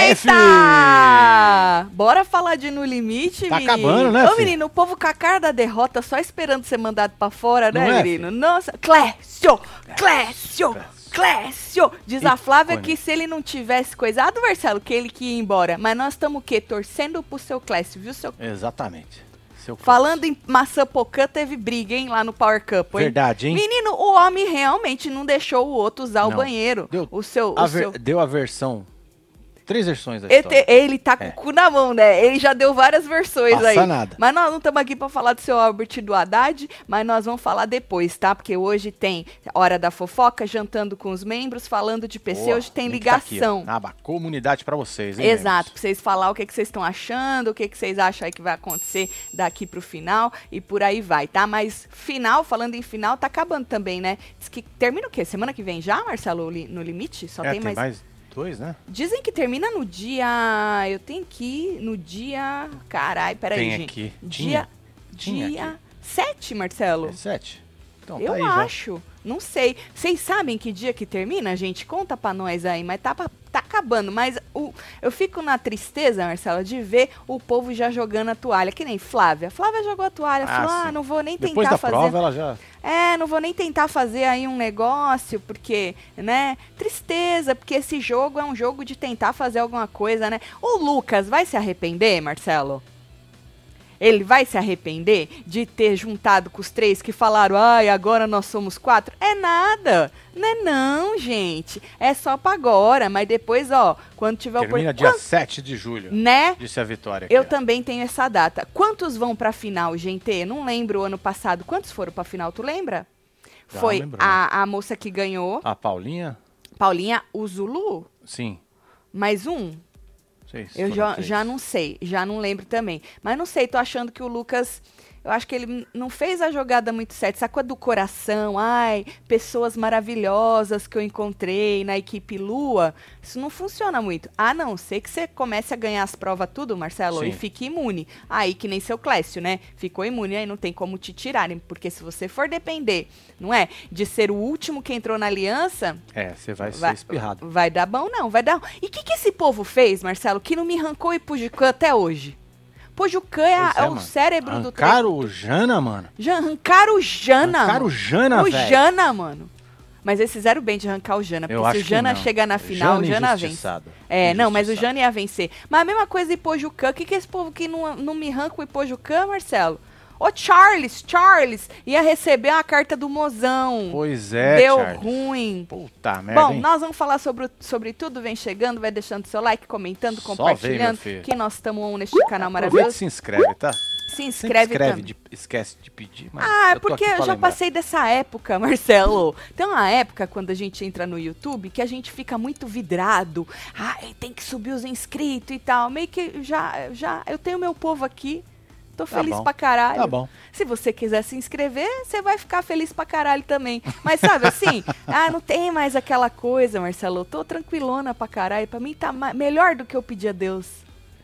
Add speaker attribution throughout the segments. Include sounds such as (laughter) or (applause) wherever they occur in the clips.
Speaker 1: Limite!
Speaker 2: Bora falar de No Limite,
Speaker 1: Tá
Speaker 2: menino?
Speaker 1: acabando, né,
Speaker 2: Ô,
Speaker 1: fi?
Speaker 2: menino, o povo cacar da derrota só esperando ser mandado pra fora, né,
Speaker 1: Não é,
Speaker 2: menino? Nossa, Clécio! Clécio! Clécio! Diz a Flávia que se ele não tivesse coisado, Marcelo, que ele que ia embora. Mas nós estamos o quê? Torcendo pro seu Clécio, viu,
Speaker 1: É.
Speaker 2: seu...
Speaker 1: Exatamente. Seu
Speaker 2: Falando em maçã pocã, teve briga, hein, lá no Power Cup, hein?
Speaker 1: Verdade, hein?
Speaker 2: Menino, o homem realmente não deixou o outro usar o
Speaker 1: Não.
Speaker 2: banheiro.
Speaker 1: Deu
Speaker 2: o seu...
Speaker 1: a
Speaker 2: O
Speaker 1: ver-
Speaker 2: seu...
Speaker 1: Deu a versão. Três versões da
Speaker 2: Ele,
Speaker 1: história.
Speaker 2: te- ele tá com
Speaker 1: É.
Speaker 2: o cu na mão, né? Ele já deu várias versões
Speaker 1: Passa
Speaker 2: aí.
Speaker 1: nada.
Speaker 2: Mas nós não estamos aqui pra falar do seu Albert e do Haddad, mas nós vamos falar depois, tá? Porque hoje tem Hora da Fofoca, jantando com os membros, falando de PC,
Speaker 1: Boa,
Speaker 2: hoje tem
Speaker 1: link tá aqui, ó,
Speaker 2: ligação.
Speaker 1: na aba comunidade pra vocês, hein?
Speaker 2: Exato, pra vocês falar o que, que vocês estão achando, o que, que vocês acham aí que vai acontecer daqui pro final e por aí vai, tá? Mas final, falando em final, tá acabando também, né? Diz que termina o quê? Semana que vem já, Marcelo, o li- no limite? Só
Speaker 1: Membros? É,
Speaker 2: tem mais
Speaker 1: dois, né?
Speaker 2: Dizem que termina no dia. Eu tenho que ir no dia. Carai, peraí,
Speaker 1: Tem
Speaker 2: gente.
Speaker 1: aqui.
Speaker 2: Dia.
Speaker 1: Tinha
Speaker 2: dia
Speaker 1: aqui.
Speaker 2: 7, Marcelo.
Speaker 1: É sete? Então,
Speaker 2: eu
Speaker 1: tá aí, já.
Speaker 2: acho. Não sei. Vocês sabem que dia que termina, gente? Conta pra nós aí, mas tá, pra- tá acabando. Mas o, eu fico na tristeza, Marcelo, de ver o povo já jogando a toalha. Que nem Flávia. Flávia jogou a toalha.
Speaker 1: Ah,
Speaker 2: falou, ah,
Speaker 1: sim.
Speaker 2: não vou nem
Speaker 1: Depois
Speaker 2: tentar
Speaker 1: da
Speaker 2: fazer.
Speaker 1: prova, ela já.
Speaker 2: É, não vou nem tentar fazer aí um negócio, porque, né? Tristeza, porque esse jogo é um jogo de tentar fazer alguma coisa, né? O Lucas vai se arrepender, Marcelo? Ele vai se arrepender de ter juntado com os três que falaram, ai, agora nós somos quatro? É nada. Não é não, gente. É só pra agora, mas depois, ó, quando tiver
Speaker 1: Termina
Speaker 2: o...
Speaker 1: dia
Speaker 2: Quan-
Speaker 1: 7 de julho.
Speaker 2: Né?
Speaker 1: Disse a Vitória. aqui,
Speaker 2: Eu
Speaker 1: ó.
Speaker 2: também tenho essa data. Quantos vão pra final, gente? Não lembro o ano passado. Quantos foram pra final, tu lembra?
Speaker 1: Já
Speaker 2: Foi
Speaker 1: lembro, né?
Speaker 2: a, a moça que ganhou,
Speaker 1: A Paulinha?
Speaker 2: Paulinha, o Zulu,
Speaker 1: Sim.
Speaker 2: mais um.
Speaker 1: Seis,
Speaker 2: Eu
Speaker 1: foram
Speaker 2: já,
Speaker 1: três.
Speaker 2: já não sei, já não lembro também. Mas não sei, tô achando que o Lucas. Eu acho que ele n- não fez a jogada muito certa. Essa coisa do coração, ai, pessoas maravilhosas que eu encontrei na equipe Lua. Isso não funciona muito. A não ser que você comece a ganhar as provas tudo, Marcelo, e
Speaker 1: Sim.
Speaker 2: fique imune. Aí que nem seu Clécio, né? Ficou imune, aí não tem como te tirarem. Porque se você for depender, não é? De ser o último que entrou na aliança,
Speaker 1: É, você vai, ser espirrado.
Speaker 2: vai dar bom, não, vai dar. E o que, que esse povo fez, Marcelo, que não me arrancou e Pujucã até hoje? Pujucã é, a-
Speaker 1: Pois é,
Speaker 2: é o
Speaker 1: mano.
Speaker 2: cérebro do trem.
Speaker 1: Arrancaram o Jana, mano.
Speaker 2: Já arrancaram o Jana.
Speaker 1: Arrancaram o
Speaker 2: mano.
Speaker 1: Jana,
Speaker 2: o
Speaker 1: velho.
Speaker 2: Jana, mano. Mas eles fizeram bem de arrancar o Jana,
Speaker 1: Eu
Speaker 2: porque
Speaker 1: acho
Speaker 2: se o
Speaker 1: que
Speaker 2: Jana
Speaker 1: não.
Speaker 2: chegar na final, o Jana vence.
Speaker 1: injustiçado.
Speaker 2: É, não, mas o
Speaker 1: Injustiçado.
Speaker 2: Jana ia vencer. Mas a mesma coisa em Pojucã. O que, que esse povo que não, não me arranca o Ipojucã, Marcelo? Ô, Charles, Charles ia receber uma carta do mozão.
Speaker 1: Pois é,
Speaker 2: Deu
Speaker 1: Charles.
Speaker 2: ruim.
Speaker 1: Puta merda,
Speaker 2: Bom,
Speaker 1: hein?
Speaker 2: nós vamos falar sobre, o- sobre tudo. Vem chegando, vai deixando seu like, comentando,
Speaker 1: Só vem, meu
Speaker 2: compartilhando.
Speaker 1: filho.
Speaker 2: que nós estamos on neste canal
Speaker 1: Aproveita e
Speaker 2: maravilhoso.
Speaker 1: se inscreve, tá?
Speaker 2: Se
Speaker 1: Sempre
Speaker 2: inscreve,
Speaker 1: escreve
Speaker 2: também.
Speaker 1: de- esquece de pedir, mas
Speaker 2: Ah, é
Speaker 1: eu tô
Speaker 2: porque
Speaker 1: aqui
Speaker 2: eu
Speaker 1: pra
Speaker 2: já
Speaker 1: lembrar.
Speaker 2: passei dessa época, (laughs) Marcelo. Tem uma época quando a gente entra no YouTube que a gente fica muito vidrado. Ai, tem que subir os inscritos e tal. Meio que já, já eu tenho meu povo aqui. Tô
Speaker 1: Tá
Speaker 2: feliz
Speaker 1: bom.
Speaker 2: pra caralho.
Speaker 1: Tá bom.
Speaker 2: Se você quiser se inscrever, você vai ficar feliz pra caralho também. Mas sabe assim, ah, não tem mais aquela coisa, Marcelo. Eu tô tranquilona pra caralho. Pra mim tá ma- melhor do que eu pedir a Deus.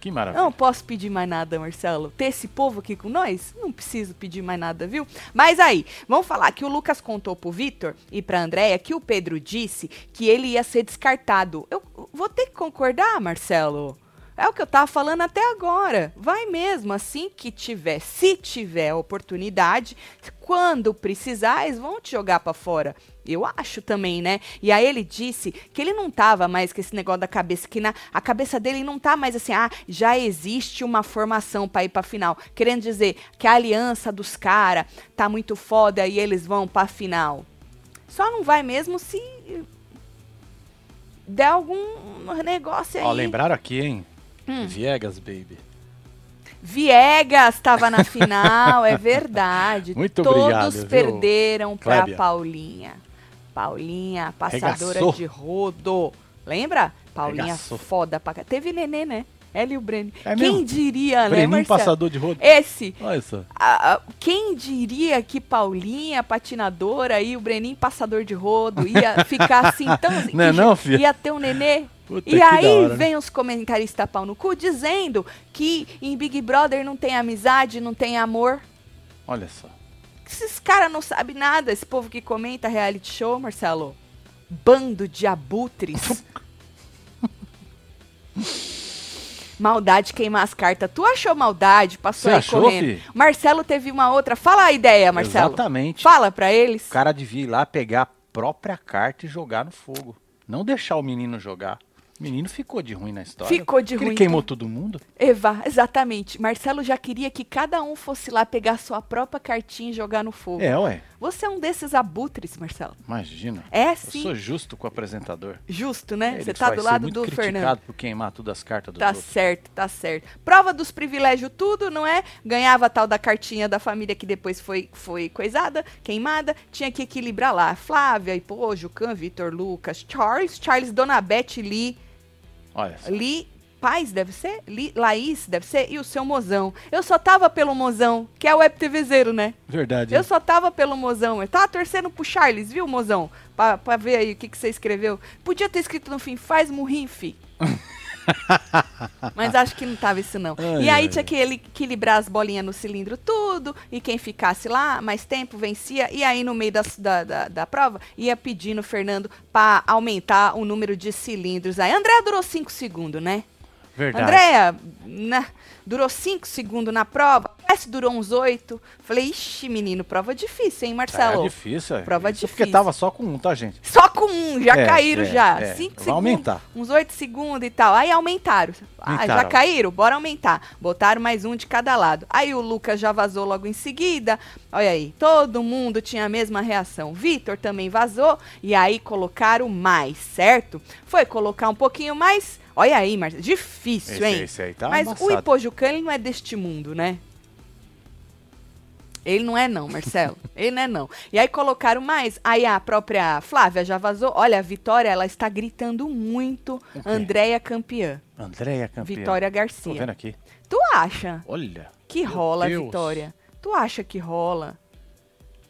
Speaker 1: Que maravilha.
Speaker 2: Eu não posso pedir mais nada, Marcelo. Ter esse povo aqui com nós, não preciso pedir mais nada, viu? Mas aí, vamos falar que o Lucas contou pro Vitor e pra Andréia que o Pedro disse que ele ia ser descartado. Eu vou ter que concordar, Marcelo. É o que eu tava falando até agora. Vai mesmo, assim que tiver, se tiver oportunidade, quando precisar, eles vão te jogar pra fora. Eu acho também, né? E aí ele disse que ele não tava mais com esse negócio da cabeça, que na, a cabeça dele não tá mais assim, ah, já existe uma formação pra ir pra final. Querendo dizer que a aliança dos caras tá muito foda e eles vão pra final. Só não vai mesmo se der algum negócio aí.
Speaker 1: Ó, lembraram aqui, hein?
Speaker 2: Hum.
Speaker 1: Viegas, baby.
Speaker 2: Viegas estava na final,
Speaker 1: (laughs)
Speaker 2: é verdade.
Speaker 1: Muito
Speaker 2: Todos
Speaker 1: obrigado, viu,
Speaker 2: perderam para
Speaker 1: Clébia?
Speaker 2: Paulinha. Paulinha, passadora
Speaker 1: Arregaçou.
Speaker 2: de rodo. Lembra? Paulinha
Speaker 1: Arregaçou.
Speaker 2: foda pra cá. Teve nenê, né? Ela e o Breno.
Speaker 1: É
Speaker 2: Quem
Speaker 1: mesmo?
Speaker 2: diria, né,
Speaker 1: Breninho
Speaker 2: Marcelo?
Speaker 1: passador de rodo.
Speaker 2: Esse,
Speaker 1: Olha isso.
Speaker 2: a- a- quem diria que Paulinha, patinadora, e o Breninho, passador de rodo, ia ficar assim tão...
Speaker 1: (laughs) Não é
Speaker 2: que
Speaker 1: não,
Speaker 2: ju-
Speaker 1: filha?
Speaker 2: Ia ter um nenê?
Speaker 1: Puta, que
Speaker 2: E
Speaker 1: da
Speaker 2: aí
Speaker 1: hora, né?
Speaker 2: vem os comentaristas pau no cu dizendo que em Big Brother não tem amizade, não tem amor.
Speaker 1: Olha só.
Speaker 2: Que Esses caras não sabem nada, esse povo que comenta reality show,
Speaker 1: (laughs)
Speaker 2: Marcelo. Bando de abutres. Maldade queimar as cartas. Tu achou maldade, passou
Speaker 1: Você
Speaker 2: aí
Speaker 1: achou,
Speaker 2: correndo.
Speaker 1: fi?
Speaker 2: Marcelo teve uma outra. Fala a ideia, Marcelo.
Speaker 1: Exatamente.
Speaker 2: Fala pra eles.
Speaker 1: O cara devia ir lá pegar a própria carta e jogar no fogo. Não deixar o menino jogar. O menino ficou de ruim na história.
Speaker 2: Ficou de
Speaker 1: Porque
Speaker 2: ruim, né?
Speaker 1: Ele queimou todo mundo.
Speaker 2: Eva, exatamente. Marcelo já queria que cada um fosse lá pegar sua própria cartinha e jogar no fogo.
Speaker 1: É, ué.
Speaker 2: Você é um desses abutres, Marcelo.
Speaker 1: Imagina.
Speaker 2: É
Speaker 1: Eu
Speaker 2: sim.
Speaker 1: sou justo com o apresentador.
Speaker 2: Justo, né?
Speaker 1: Ele
Speaker 2: Você
Speaker 1: que
Speaker 2: tá
Speaker 1: vai
Speaker 2: do
Speaker 1: ser
Speaker 2: lado
Speaker 1: muito
Speaker 2: do
Speaker 1: criticado
Speaker 2: Fernando.
Speaker 1: por queimar todas as cartas do
Speaker 2: Tá
Speaker 1: outros.
Speaker 2: certo, tá certo. Prova dos privilégios, tudo, não é? Ganhava a tal da cartinha da família que depois foi, foi coisada, queimada. Tinha que equilibrar lá. Flávia, Ipojo, Can, Vitor, Lucas, Charles, Charles, Dona Beth, Lee,
Speaker 1: Olha só.
Speaker 2: Li Paz, deve ser? Li, Laís, deve ser? E o seu mozão. Eu só tava pelo mozão, que é o Web TV Zero, né?
Speaker 1: Verdade.
Speaker 2: Eu só tava pelo mozão. Eu tava torcendo pro Charles, viu, mozão? Pra, pra ver aí o que, que você escreveu. Podia ter escrito no fim, faz murrim,
Speaker 1: (laughs)
Speaker 2: fi. Mas acho que não tava isso, não.
Speaker 1: Ai,
Speaker 2: e aí
Speaker 1: ai,
Speaker 2: tinha que ele equilibrar as bolinhas no cilindro tudo, e quem ficasse lá mais tempo vencia. E aí, no meio das- da, da, da prova, ia pedindo o Fernando pra aumentar o número de cilindros. Aí, André durou cinco segundos, né?
Speaker 1: Verdade.
Speaker 2: Andréia, né, durou 5 segundos na prova, parece que durou uns 8. Falei, ixi, menino, prova difícil, hein,
Speaker 1: Cara,
Speaker 2: Marcelo?
Speaker 1: é difícil. é.
Speaker 2: Prova
Speaker 1: Isso
Speaker 2: difícil.
Speaker 1: Porque tava só com um, tá, gente?
Speaker 2: Só com um, já
Speaker 1: É,
Speaker 2: caíram
Speaker 1: é,
Speaker 2: já.
Speaker 1: é.
Speaker 2: 5
Speaker 1: Vai
Speaker 2: segundos.
Speaker 1: aumentar.
Speaker 2: Uns 8 segundos e tal. Aí aumentaram. Ah, já
Speaker 1: Aumentaram.
Speaker 2: caíram? Bora aumentar. Botaram mais um de cada lado. Aí o Lucas já vazou logo em seguida. Olha aí, todo mundo tinha a mesma reação. Vitor também vazou. E aí colocaram mais, certo? Foi colocar um pouquinho mais. Olha aí, Marcelo. Difícil,
Speaker 1: Esse,
Speaker 2: hein?
Speaker 1: esse aí tá
Speaker 2: Mas o
Speaker 1: amassado.
Speaker 2: Ipojucan, ele não é deste mundo, né? Ele não é não,
Speaker 1: (laughs)
Speaker 2: Marcelo. ele não é não. E aí colocaram mais. Aí a própria Flávia já vazou. Olha, a Vitória, ela está gritando muito.
Speaker 1: O quê?
Speaker 2: Andréia campeã.
Speaker 1: Andréia campeã.
Speaker 2: é Vitória
Speaker 1: é Tô vendo
Speaker 2: Garcia.
Speaker 1: aqui.
Speaker 2: Tu acha
Speaker 1: Olha.
Speaker 2: que
Speaker 1: Meu
Speaker 2: rola,
Speaker 1: Deus.
Speaker 2: Vitória? Tu acha que rola?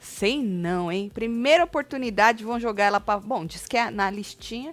Speaker 2: Sei não, hein? Primeira oportunidade, vão jogar ela pra... Bom, diz que é na listinha.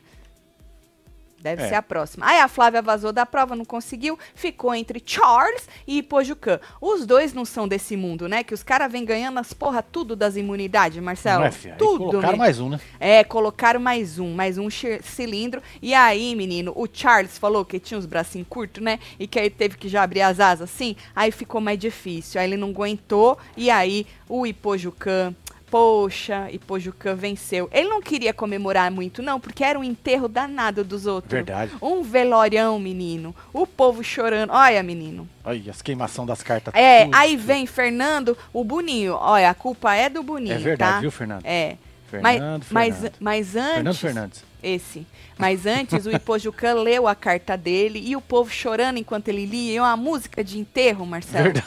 Speaker 2: Deve
Speaker 1: É.
Speaker 2: ser a próxima. Aí a Flávia vazou da prova, não conseguiu. Ficou entre Charles e Pojucan. Os dois não são desse mundo, né? Que os caras vêm ganhando as porra tudo das imunidades, Marcelo.
Speaker 1: não é, filha? Aí
Speaker 2: tudo,
Speaker 1: Colocaram
Speaker 2: né?
Speaker 1: mais um, né?
Speaker 2: É, colocaram mais um, mais um chi- cilindro. E aí, menino, o Charles falou que tinha os bracinhos curtos, né? E que aí teve que já abrir as asas assim. Aí ficou mais difícil. Aí ele não aguentou. E aí o Ipojucan. Poxa, Ipojucan venceu. Ele não queria comemorar muito, não, porque era um enterro danado dos outros.
Speaker 1: Verdade.
Speaker 2: Um velorião, menino. O povo chorando. Olha, menino.
Speaker 1: Olha, as queimação das cartas.
Speaker 2: É,
Speaker 1: tudo.
Speaker 2: aí vem Fernando, o Boninho. Olha, a culpa é do Boninho,
Speaker 1: É verdade,
Speaker 2: tá?
Speaker 1: viu, Fernando?
Speaker 2: É.
Speaker 1: Fernando,
Speaker 2: mas,
Speaker 1: Fernando.
Speaker 2: Mas, mas antes.
Speaker 1: Fernando Fernandes.
Speaker 2: Esse. Mas antes, o Ipojucan (laughs) leu a carta dele e o povo chorando enquanto ele lia. E uma música de enterro, Marcelo.
Speaker 1: Verdade.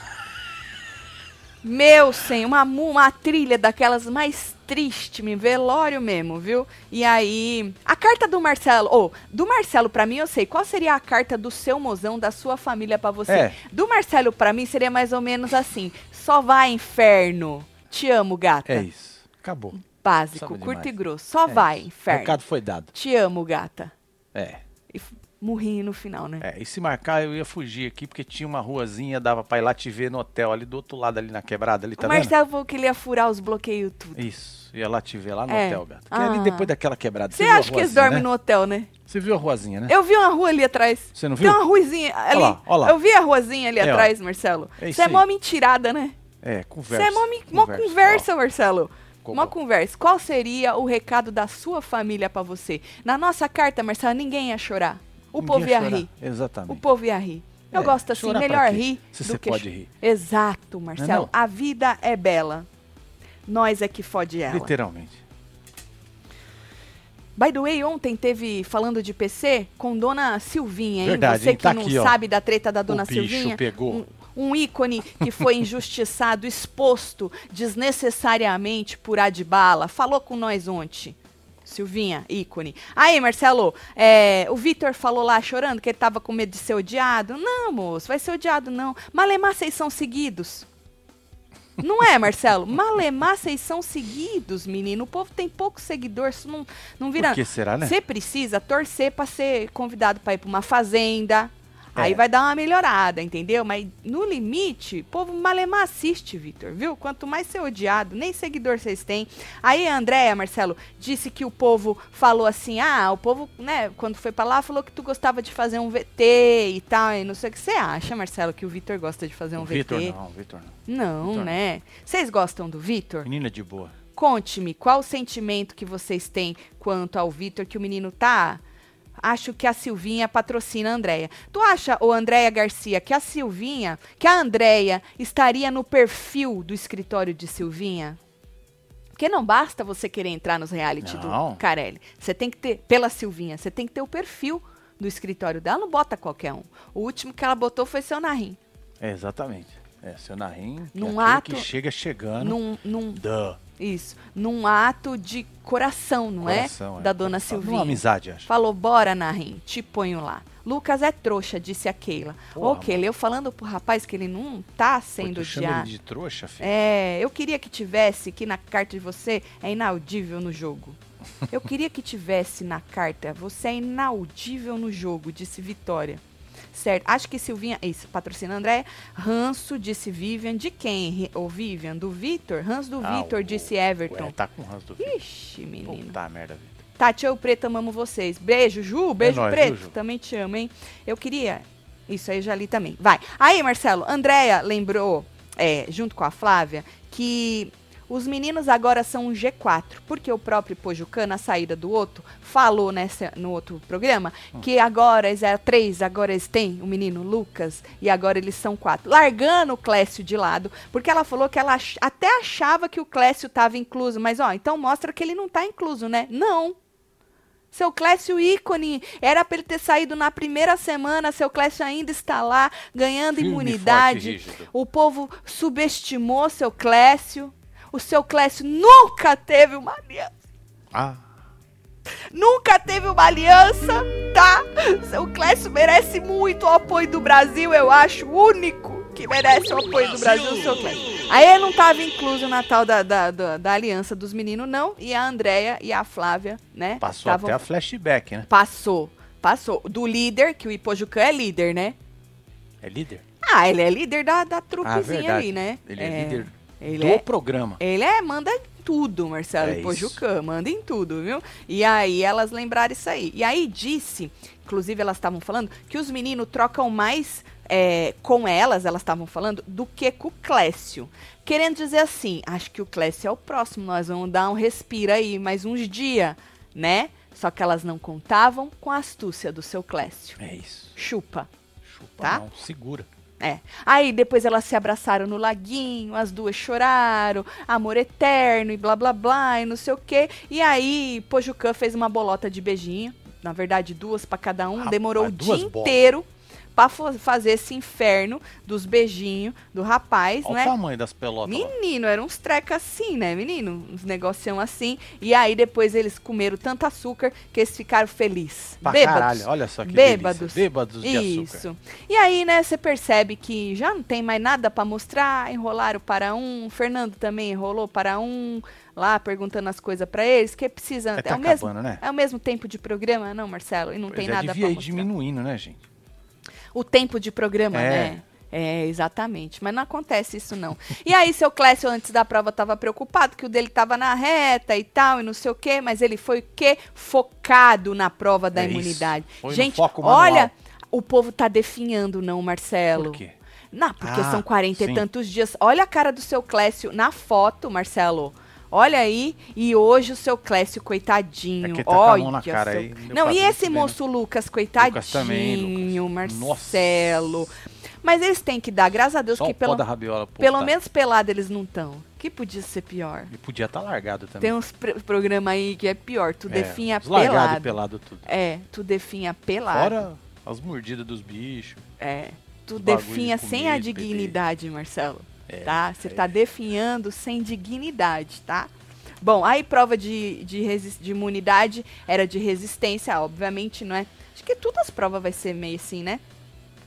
Speaker 2: Meu senhor, uma, mu- uma trilha daquelas mais triste, me velório mesmo, viu? E aí, a carta do Marcelo, ou do Marcelo pra mim eu sei, qual seria a carta do seu mozão, da sua família pra você?
Speaker 1: É.
Speaker 2: Do Marcelo pra mim seria mais ou menos assim: só vai inferno. Te amo, gata.
Speaker 1: É isso. Acabou.
Speaker 2: Básico,
Speaker 1: Sabe
Speaker 2: curto
Speaker 1: demais.
Speaker 2: e grosso. Só
Speaker 1: É
Speaker 2: vai
Speaker 1: isso. O
Speaker 2: inferno.
Speaker 1: recado foi dado.
Speaker 2: Te amo, gata.
Speaker 1: É.
Speaker 2: E f- murrinho no final, né?
Speaker 1: É, e se marcar, eu ia fugir aqui, porque tinha uma ruazinha, dava pra ir lá te ver no hotel ali do outro lado, ali na quebrada, ali, tá
Speaker 2: o
Speaker 1: vendo?
Speaker 2: Marcelo falou que ele ia furar os bloqueios tudo.
Speaker 1: Isso, ia lá te ver lá no
Speaker 2: É.
Speaker 1: hotel, gato. Porque
Speaker 2: Ah.
Speaker 1: ali depois daquela quebrada.
Speaker 2: Você
Speaker 1: viu a
Speaker 2: acha que eles
Speaker 1: ruazinha,
Speaker 2: dormem
Speaker 1: né?
Speaker 2: no hotel, né?
Speaker 1: Você viu a ruazinha, né?
Speaker 2: Eu vi uma rua ali atrás.
Speaker 1: Você não
Speaker 2: Tem
Speaker 1: viu?
Speaker 2: uma ruizinha ali.
Speaker 1: lá, ó lá.
Speaker 2: Eu vi a ruazinha ali
Speaker 1: É, ó.
Speaker 2: atrás, Marcelo.
Speaker 1: É isso
Speaker 2: Você é
Speaker 1: aí.
Speaker 2: mó mentirada, né?
Speaker 1: É,
Speaker 2: Você
Speaker 1: conversa.
Speaker 2: é mó, mi- mó conversa, Marcelo.
Speaker 1: Qual-
Speaker 2: Mó conversa. Qual seria o recado da sua família pra você? Na nossa carta, Marcelo, ninguém ia chorar. O
Speaker 1: Ninguém
Speaker 2: povo ia
Speaker 1: Um chorar.
Speaker 2: rir.
Speaker 1: Exatamente.
Speaker 2: O povo ia rir. Eu
Speaker 1: É,
Speaker 2: gosto assim,
Speaker 1: chorar pra
Speaker 2: melhor
Speaker 1: quê?
Speaker 2: rir
Speaker 1: Se
Speaker 2: do
Speaker 1: você
Speaker 2: que
Speaker 1: pode
Speaker 2: cho-
Speaker 1: rir.
Speaker 2: Exato, Marcelo.
Speaker 1: não?
Speaker 2: A vida é bela. Nós é que fode ela.
Speaker 1: Literalmente.
Speaker 2: By the way, ontem teve falando de PC com Dona Silvinha, hein?
Speaker 1: Verdade,
Speaker 2: Você
Speaker 1: hein? Tá
Speaker 2: que
Speaker 1: aqui,
Speaker 2: não
Speaker 1: ó.
Speaker 2: sabe da treta da Dona
Speaker 1: o bicho
Speaker 2: Silvinha.
Speaker 1: pegou.
Speaker 2: Um, um ícone que foi injustiçado, (laughs) exposto desnecessariamente por Adbala. Falou com nós ontem. Silvinha, ícone. Aí, Marcelo, é, o Vitor falou lá chorando que ele tava com medo de ser odiado. Não, moço, vai ser odiado não. Malemar, vocês são seguidos. Não é, Marcelo? Malemar, vocês são seguidos, menino. O povo tem pouco seguidor, isso não, não vira.
Speaker 1: Por que será, né?
Speaker 2: Você precisa torcer pra ser convidado pra ir pra uma fazenda.
Speaker 1: É.
Speaker 2: Aí vai dar uma melhorada, entendeu? Mas no limite, povo malemar assiste, Vitor, viu? Quanto mais ser odiado, nem seguidor vocês têm. Aí a Andréia, Marcelo, disse que o povo falou assim: ah, o povo, né, quando foi pra lá, falou que tu gostava de fazer um VT e tal. E não sei o que você acha, Marcelo, que o Vitor gosta de fazer um
Speaker 1: o
Speaker 2: VT.
Speaker 1: Vitor não, o Vitor não.
Speaker 2: Não,
Speaker 1: Vitor.
Speaker 2: né? Vocês gostam do Vitor?
Speaker 1: Menina de boa.
Speaker 2: Conte-me qual o sentimento que vocês têm quanto ao Vitor que o menino tá. Acho que a Silvinha patrocina a Andréia. Tu acha, ô Andréia Garcia, que a Silvinha, que a Andréia estaria no perfil do escritório de Silvinha? Porque não basta você querer entrar nos reality
Speaker 1: Não.
Speaker 2: do Carelli. Você tem que ter, pela Silvinha, você tem que ter o perfil do escritório dela. Não bota qualquer um. O último que ela botou foi seu Narim.
Speaker 1: É, exatamente. É, seu Narim, que é
Speaker 2: Num
Speaker 1: aquele
Speaker 2: ato-
Speaker 1: que chega chegando.
Speaker 2: Num, num
Speaker 1: Duh.
Speaker 2: Isso. Num ato de coração, não
Speaker 1: Coração,
Speaker 2: é?
Speaker 1: é.
Speaker 2: Da dona
Speaker 1: Só
Speaker 2: Silvinha.
Speaker 1: Uma amizade, acho.
Speaker 2: Falou, bora, Narim, te ponho lá. Lucas é trouxa, disse a Keila. Ô,
Speaker 1: Porra,
Speaker 2: Keila, eu falando pro rapaz que ele não tá sendo
Speaker 1: Pô, tu chama
Speaker 2: odiado.
Speaker 1: ele de trouxa, filho.
Speaker 2: É, eu queria que tivesse, que na carta de você é inaudível no
Speaker 1: (laughs)
Speaker 2: jogo. Eu queria que tivesse na carta, você é inaudível no jogo, disse Vitória. Certo, acho que Silvinha, isso, patrocina André. Ranço, disse Vivian. De quem? Ri- Ô, Vivian, do Vitor? Ranço do
Speaker 1: Ah,
Speaker 2: Vitor,
Speaker 1: o-
Speaker 2: disse
Speaker 1: Ué,
Speaker 2: Everton.
Speaker 1: tá com o ranço do filho.
Speaker 2: Ixi, menino.
Speaker 1: Puta merda, Vitor.
Speaker 2: Tati, eu preto, amamos vocês. Beijo, Ju. Beijo,
Speaker 1: É nóis,
Speaker 2: preto.
Speaker 1: viu, Ju?
Speaker 2: Também te amo, hein? Eu queria. Isso aí eu já li também. Vai. Aí, Marcelo, Andréia lembrou, é, junto com a Flávia, que os meninos agora são um G4, porque o próprio Pojucana, a saída do outro, falou nessa, no outro programa
Speaker 1: Hum.
Speaker 2: que agora eles eram três, agora eles têm o menino Lucas e agora eles são quatro. Largando o Clécio de lado, porque ela falou que ela ach- até achava que o Clécio estava incluso, mas ó, então mostra que ele não tá incluso, né? Não. Seu Clécio ícone, era pra ele ter saído na primeira semana, seu Clécio ainda está lá, ganhando
Speaker 1: Firme, forte e
Speaker 2: imunidade.
Speaker 1: rígido.
Speaker 2: O povo subestimou seu Clécio. O seu Clécio nunca teve uma aliança.
Speaker 1: Ah,
Speaker 2: Nunca teve uma aliança, tá? Seu Clécio merece muito o apoio do Brasil, eu acho. O único que merece o apoio do Brasil, o seu Clécio. Aí ele não tava incluso na tal da, da, da, da aliança dos meninos, não. E a Andrea e a Flávia, né?
Speaker 1: passou
Speaker 2: tavam-
Speaker 1: até a flashback, né?
Speaker 2: Passou, passou. Do líder, que o Ipojucan é líder, né?
Speaker 1: É líder?
Speaker 2: Ah, ele é líder da, da
Speaker 1: Ah,
Speaker 2: trupezinha
Speaker 1: verdade.
Speaker 2: ali, né?
Speaker 1: Ele é, líder
Speaker 2: Ele
Speaker 1: do
Speaker 2: é,
Speaker 1: programa.
Speaker 2: ele é, manda em tudo, Marcelo
Speaker 1: É
Speaker 2: Pojucã, manda em tudo, viu? E aí elas lembraram isso aí. E aí disse, inclusive elas estavam falando, que os meninos trocam mais é, com elas, elas estavam falando, do que com o Clécio. Querendo dizer assim, acho que o Clécio é o próximo, nós vamos dar um respiro aí, mais uns dias, né? Só que elas não contavam com a astúcia do seu Clécio.
Speaker 1: É isso.
Speaker 2: Chupa.
Speaker 1: Chupa
Speaker 2: Tá?
Speaker 1: não, segura.
Speaker 2: É. Aí depois elas se abraçaram no laguinho, as duas choraram, amor eterno e blá blá blá e não sei o quê. E aí Pojucan fez uma bolota de beijinho, na verdade duas pra cada um,
Speaker 1: Rapaz,
Speaker 2: demorou o
Speaker 1: duas
Speaker 2: dia
Speaker 1: bolas.
Speaker 2: inteiro pra fa- fazer esse inferno dos beijinhos do rapaz,
Speaker 1: Olha
Speaker 2: né?
Speaker 1: o tamanho das pelotas lá.
Speaker 2: Menino, era uns trecas assim, né, menino? Uns negocião assim. E aí depois eles comeram tanto açúcar que eles ficaram felizes.
Speaker 1: Pra
Speaker 2: bêbados.
Speaker 1: caralho, olha só que
Speaker 2: Bêbados.
Speaker 1: delícia. Bêbados de açúcar.
Speaker 2: Isso. E aí, né, você percebe que já não tem mais nada pra mostrar, enrolaram para um, Fernando também enrolou para um, lá perguntando as coisas pra eles, que precisa,
Speaker 1: É,
Speaker 2: é,
Speaker 1: tá
Speaker 2: o mesmo,
Speaker 1: acabando, né?
Speaker 2: é o mesmo tempo de programa, não, Marcelo, e não
Speaker 1: Pois
Speaker 2: tem
Speaker 1: é,
Speaker 2: nada
Speaker 1: devia
Speaker 2: pra
Speaker 1: ir
Speaker 2: mostrar.
Speaker 1: diminuindo, né, gente?
Speaker 2: O tempo de programa,
Speaker 1: É.
Speaker 2: né? É, exatamente. Mas não acontece isso, não. E aí, seu Clécio, antes da prova, tava preocupado que o dele tava na reta e tal, e não sei o quê, mas ele foi o quê? Focado na prova da
Speaker 1: É isso.
Speaker 2: imunidade.
Speaker 1: Foi no
Speaker 2: Gente,
Speaker 1: foco manual.
Speaker 2: olha, o povo tá definhando, não, Marcelo.
Speaker 1: Por quê?
Speaker 2: Não, porque
Speaker 1: Ah,
Speaker 2: são 40 e
Speaker 1: sim.
Speaker 2: tantos dias. Olha a cara do seu Clécio na foto, Marcelo. Olha aí, e hoje o seu Clécio, coitadinho.
Speaker 1: É que tá com a
Speaker 2: olha
Speaker 1: mão na cara
Speaker 2: seu-
Speaker 1: aí, deu
Speaker 2: Não,
Speaker 1: pra
Speaker 2: e
Speaker 1: ver
Speaker 2: esse
Speaker 1: muito bem, né?
Speaker 2: moço Lucas, coitadinho,
Speaker 1: também, Lucas.
Speaker 2: Marcelo. Mas eles têm que dar, graças a Deus,
Speaker 1: Só
Speaker 2: que
Speaker 1: o pó
Speaker 2: pelo,
Speaker 1: da rabiola. pô,
Speaker 2: pelo
Speaker 1: tá.
Speaker 2: menos pelado eles não estão. Que podia ser pior.
Speaker 1: E podia estar largado também.
Speaker 2: Tem uns pre- programa aí que é pior, tu
Speaker 1: É,
Speaker 2: definha
Speaker 1: os largado
Speaker 2: pelado.
Speaker 1: e pelado tudo.
Speaker 2: É, tu definha pelado.
Speaker 1: Fora as mordidas dos bichos.
Speaker 2: É. Tu
Speaker 1: Os bagulho
Speaker 2: definha
Speaker 1: de
Speaker 2: sem a
Speaker 1: comida, bebê.
Speaker 2: dignidade, Marcelo.
Speaker 1: É,
Speaker 2: tá? Você tá definhando sem dignidade, tá? Bom, aí prova de, de, resi- de imunidade era de resistência, obviamente, não é? Acho que todas as provas vai ser meio assim, né?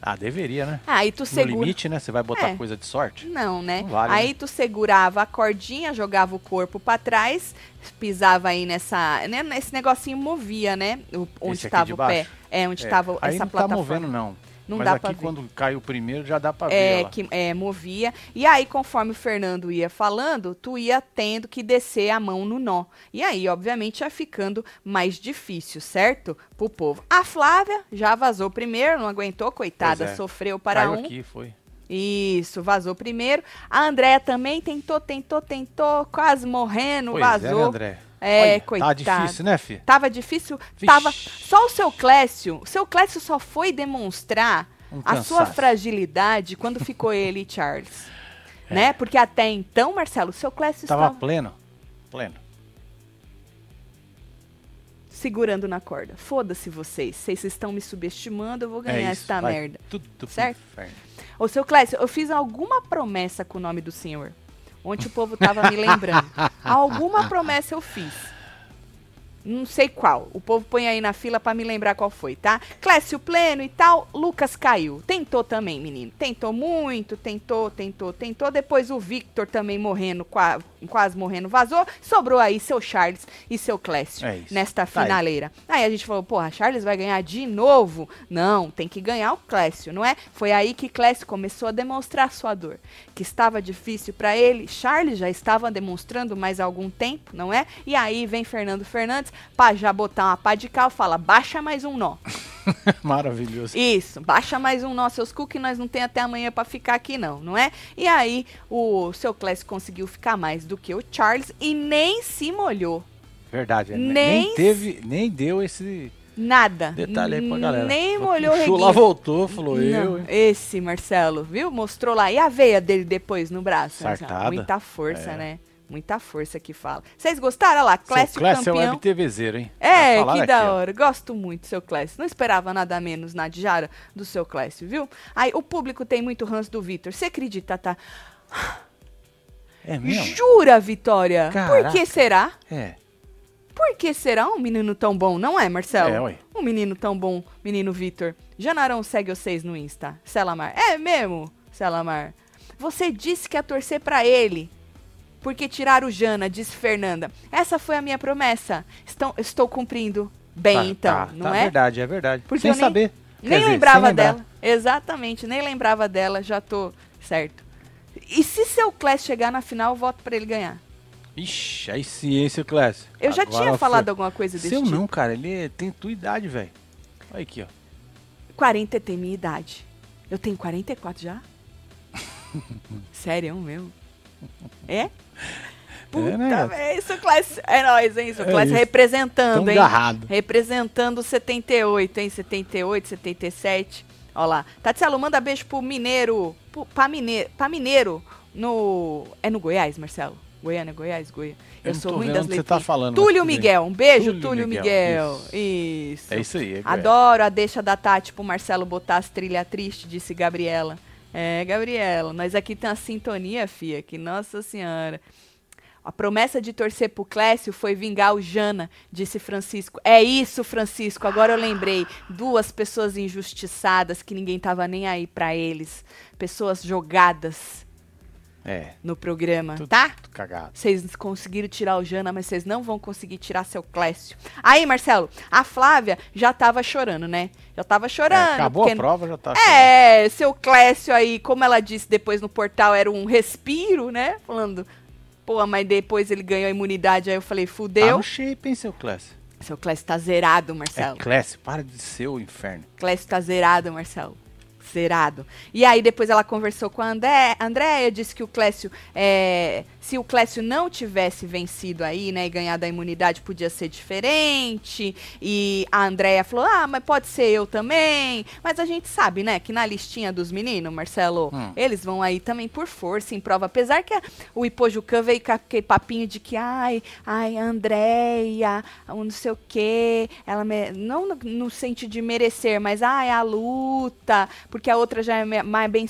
Speaker 1: Ah, deveria, né?
Speaker 2: Ah, e tu
Speaker 1: No
Speaker 2: segura.
Speaker 1: limite, né? Você vai botar
Speaker 2: É.
Speaker 1: coisa de sorte?
Speaker 2: Não, né?
Speaker 1: Não vale,
Speaker 2: aí tu segurava a cordinha, jogava o corpo pra trás, pisava aí nessa. Né, nesse negocinho movia, né? O- onde
Speaker 1: Esse aqui
Speaker 2: tava
Speaker 1: de
Speaker 2: o pé.
Speaker 1: baixo?
Speaker 2: É, onde
Speaker 1: É,
Speaker 2: tava
Speaker 1: Aí
Speaker 2: essa
Speaker 1: não tá
Speaker 2: plataforma.
Speaker 1: movendo, não.
Speaker 2: Não
Speaker 1: Mas
Speaker 2: dá pra
Speaker 1: aqui
Speaker 2: ver.
Speaker 1: quando cai o primeiro já dá pra ver.
Speaker 2: É,
Speaker 1: lá.
Speaker 2: que é, movia. E aí, conforme o Fernando ia falando, tu ia tendo que descer a mão no nó. E aí, obviamente, ia ficando mais difícil, certo? Pro povo. A Flávia já vazou primeiro, não aguentou, coitada,
Speaker 1: Pois é.
Speaker 2: sofreu para
Speaker 1: Caiu
Speaker 2: um.
Speaker 1: aqui, foi.
Speaker 2: Isso, vazou primeiro. A Andréia também tentou, tentou, tentou, quase morrendo,
Speaker 1: Pois é, né,
Speaker 2: vazou.
Speaker 1: André?
Speaker 2: É,
Speaker 1: Olha,
Speaker 2: coitado.
Speaker 1: Tá difícil, né, fi?
Speaker 2: Tava difícil,
Speaker 1: Vixe.
Speaker 2: tava. Só o seu Clécio, o seu Clécio só foi demonstrar
Speaker 1: Um
Speaker 2: a sua
Speaker 1: cansaço.
Speaker 2: fragilidade quando ficou ele e Charles. Né? Porque até então, Marcelo, o seu Clécio
Speaker 1: É. Tava
Speaker 2: estava
Speaker 1: pleno. Pleno.
Speaker 2: segurando na corda. Foda-se vocês, vocês estão me subestimando, eu vou ganhar
Speaker 1: é isso,
Speaker 2: esta
Speaker 1: vai.
Speaker 2: merda.
Speaker 1: Tudo pro
Speaker 2: Certo?
Speaker 1: inferno. (laughs)
Speaker 2: Ô, seu Clécio, eu fiz alguma promessa com o nome do senhor. Ontem o povo tava me
Speaker 1: (laughs)
Speaker 2: lembrando. Alguma promessa eu fiz. Não sei qual. O povo põe aí na fila pra me lembrar qual foi, tá? Clécio Pleno e tal, Lucas caiu. Tentou também, menino. Tentou muito, tentou, tentou, tentou. Depois o Victor também morrendo, qua- quase morrendo, vazou. Sobrou aí seu Charles e seu Clécio
Speaker 1: É isso.
Speaker 2: nesta
Speaker 1: Tá aí.
Speaker 2: finaleira. Aí. a gente falou, porra, Charles vai ganhar de novo? Não, tem que ganhar o Clécio, não é? Foi aí que Clécio começou a demonstrar sua dor, que estava difícil pra ele. Charles já estava demonstrando mais algum tempo, não é? E aí vem Fernando Fernandes pra já botar uma pá de cal, fala, baixa mais um nó.
Speaker 1: Maravilhoso.
Speaker 2: Isso, baixa mais um nó, seus cu, que nós não tem até amanhã pra ficar aqui não, não é? E aí o seu Clécio conseguiu ficar mais do que o Charles e nem se molhou.
Speaker 1: Verdade. é,
Speaker 2: Nem
Speaker 1: Nem,
Speaker 2: s-
Speaker 1: teve, nem deu esse
Speaker 2: Nada.
Speaker 1: detalhe aí pra
Speaker 2: N-
Speaker 1: galera.
Speaker 2: Nem
Speaker 1: Só
Speaker 2: molhou o
Speaker 1: puxou
Speaker 2: reguinho.
Speaker 1: lá voltou, falou eu.
Speaker 2: Não,
Speaker 1: hein?
Speaker 2: esse Marcelo, viu? Mostrou lá. E a veia dele depois no braço? Marcelo?
Speaker 1: Sartada.
Speaker 2: Muita força,
Speaker 1: É.
Speaker 2: né? Muita força que fala. Vocês gostaram? Olha lá, Clécio
Speaker 1: Seu Clécio é
Speaker 2: campeão.
Speaker 1: web TVzeiro, hein?
Speaker 2: É,
Speaker 1: Já falaram
Speaker 2: que da
Speaker 1: aqui, ó.
Speaker 2: hora. Gosto muito do seu Clécio. Não esperava nada menos, Nadjara, do seu Clécio, viu? Aí, o público tem muito ranço do Vitor. Você acredita, tá?
Speaker 1: É mesmo?
Speaker 2: Jura, Vitória? Por que
Speaker 1: Caraca.
Speaker 2: será?
Speaker 1: É.
Speaker 2: Por que será um menino tão bom, não é, Marcelo?
Speaker 1: É, ué.
Speaker 2: Um menino tão bom, menino Vitor. Janarão segue vocês no Insta. Selamar. É mesmo, Selamar. Você disse que ia torcer pra ele. Porque tiraram o Jana, disse Fernanda. Essa foi a minha promessa. Estão, estou cumprindo bem,
Speaker 1: Tá,
Speaker 2: então,
Speaker 1: tá,
Speaker 2: não
Speaker 1: tá,
Speaker 2: é?
Speaker 1: verdade, é verdade.
Speaker 2: Porque
Speaker 1: sem
Speaker 2: eu nem-
Speaker 1: saber. Quer
Speaker 2: Nem
Speaker 1: dizer, sem
Speaker 2: lembrava
Speaker 1: lembrar.
Speaker 2: dela. Exatamente, nem lembrava dela, já tô certo. E se seu Clash chegar na final, eu voto pra ele ganhar.
Speaker 1: Ixi, aí sim, hein, seu Clécio?
Speaker 2: Eu já
Speaker 1: Agora
Speaker 2: tinha
Speaker 1: foi.
Speaker 2: falado alguma coisa desse
Speaker 1: Seu
Speaker 2: tipo.
Speaker 1: não, cara, ele é- tem tua idade, velho. Olha aqui, ó.
Speaker 2: 40 tem minha idade. Eu tenho 44
Speaker 1: (laughs)
Speaker 2: já? Sério mesmo? É? Puta,
Speaker 1: né? É, né?
Speaker 2: é isso, classe. É nóis, hein? Isso,
Speaker 1: É
Speaker 2: classe
Speaker 1: isso.
Speaker 2: representando,
Speaker 1: Tão
Speaker 2: hein?
Speaker 1: agarrado.
Speaker 2: Representando o 78, hein? 78, 77. Ó lá. Tatielo, manda beijo pro Mineiro. Pro, pra, Mineiro pra Mineiro. No. É no Goiás, Marcelo? Goiânia, Goiás, Goiânia. Eu,
Speaker 1: Eu não
Speaker 2: sou
Speaker 1: tô
Speaker 2: ruim
Speaker 1: vendo
Speaker 2: das
Speaker 1: onde você
Speaker 2: letrinhas.
Speaker 1: tá falando, mas
Speaker 2: Túlio
Speaker 1: tudo bem.
Speaker 2: Miguel. Um beijo, Túlio,
Speaker 1: Túlio
Speaker 2: Miguel.
Speaker 1: Miguel,
Speaker 2: Isso.
Speaker 1: É isso aí, é Goiás.
Speaker 2: Adoro a deixa da Tati pro Marcelo botar as trilhas tristes, disse Gabriela. É, Gabriela, nós aqui tem uma sintonia, fia, que nossa senhora. A promessa de torcer pro Clécio foi vingar o Jana, disse Francisco. É isso, Francisco, agora eu lembrei. Duas pessoas injustiçadas que ninguém tava nem aí pra eles. Pessoas jogadas
Speaker 1: É.
Speaker 2: no programa,
Speaker 1: Tudo,
Speaker 2: tá?
Speaker 1: tudo cagado.
Speaker 2: Vocês conseguiram tirar o Jana, mas vocês não vão conseguir tirar seu Clécio. Aí, Marcelo, a Flávia já tava chorando, né? Já tava
Speaker 1: É,
Speaker 2: chorando.
Speaker 1: acabou
Speaker 2: porque-
Speaker 1: a prova, já tá.
Speaker 2: É, seu Clécio aí, como ela disse depois no portal, era um respiro, né? Falando, pô, mas depois ele ganhou a imunidade, aí eu falei,
Speaker 1: Tá
Speaker 2: fudeu.
Speaker 1: no shape, hein, seu Clécio?
Speaker 2: Seu Clécio tá zerado,
Speaker 1: É
Speaker 2: Marcelo.
Speaker 1: Clécio, para de ser o inferno.
Speaker 2: Clécio tá zerado, Marcelo. Zerado. E aí depois ela conversou com a André, Andréia, disse que o Clécio, é, se o Clécio não tivesse vencido aí, né, e ganhado a imunidade, podia ser diferente. E a Andréia falou, ah, mas pode ser eu também. Mas a gente sabe, né, que na listinha dos meninos, Marcelo,
Speaker 1: Hum.
Speaker 2: eles vão aí também por força, em prova. Apesar que a- o Ipojucan veio com aquele papinho de que, ai, ai, a Andréia, o não sei o quê, ela me- não no, no sentido de merecer, mas ai, a luta, porque a outra já é me- mais bem